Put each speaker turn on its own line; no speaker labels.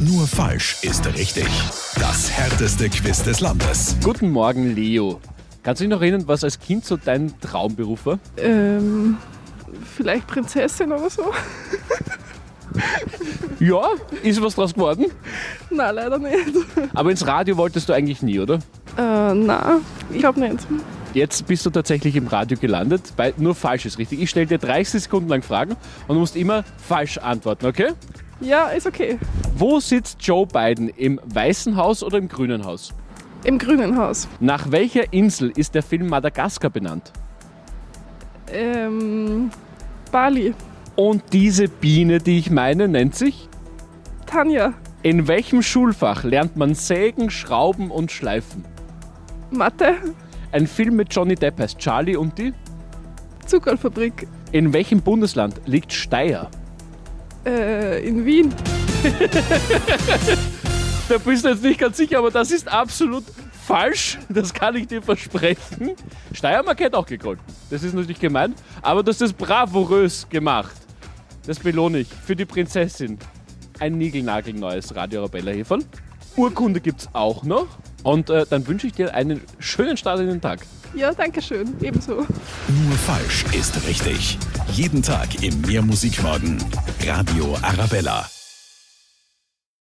Nur falsch ist richtig. Das härteste Quiz des Landes.
Guten Morgen, Leo. Kannst du dich noch erinnern, was als Kind so dein Traumberuf war?
Ähm, vielleicht Prinzessin oder so?
Ja, ist was draus geworden.
Na, leider nicht.
Aber ins Radio wolltest du eigentlich nie, oder?
Äh, na, ich glaube nicht.
Jetzt bist du tatsächlich im Radio gelandet, bei nur falsch ist richtig. Ich stelle dir 30 Sekunden lang Fragen und du musst immer falsch antworten, okay?
Ja, ist okay.
Wo sitzt Joe Biden? Im Weißen Haus oder im Grünen Haus?
Im Grünen Haus.
Nach welcher Insel ist der Film Madagaskar benannt?
Ähm, Bali.
Und diese Biene, die ich meine, nennt sich?
Tanja.
In welchem Schulfach lernt man Sägen, Schrauben und Schleifen?
Mathe.
Ein Film mit Johnny Depp heißt Charlie und die?
Zuckerfabrik.
In welchem Bundesland liegt Steyr?
Äh, in Wien.
Da bist du jetzt nicht ganz sicher, aber das ist absolut falsch. Das kann ich dir versprechen. Steiermark hätte auch gegolten. Das ist natürlich gemein, aber du hast das bravourös gemacht. Das belohne ich für die Prinzessin. Ein niegelnagelneues Radio Arabella Heferl. Urkunde gibt's auch noch. Und äh, dann wünsche ich dir einen schönen Start in den Tag.
Ja, danke schön. Ebenso.
Nur falsch ist richtig. Jeden Tag im Meer Musikmorgen. Radio Arabella.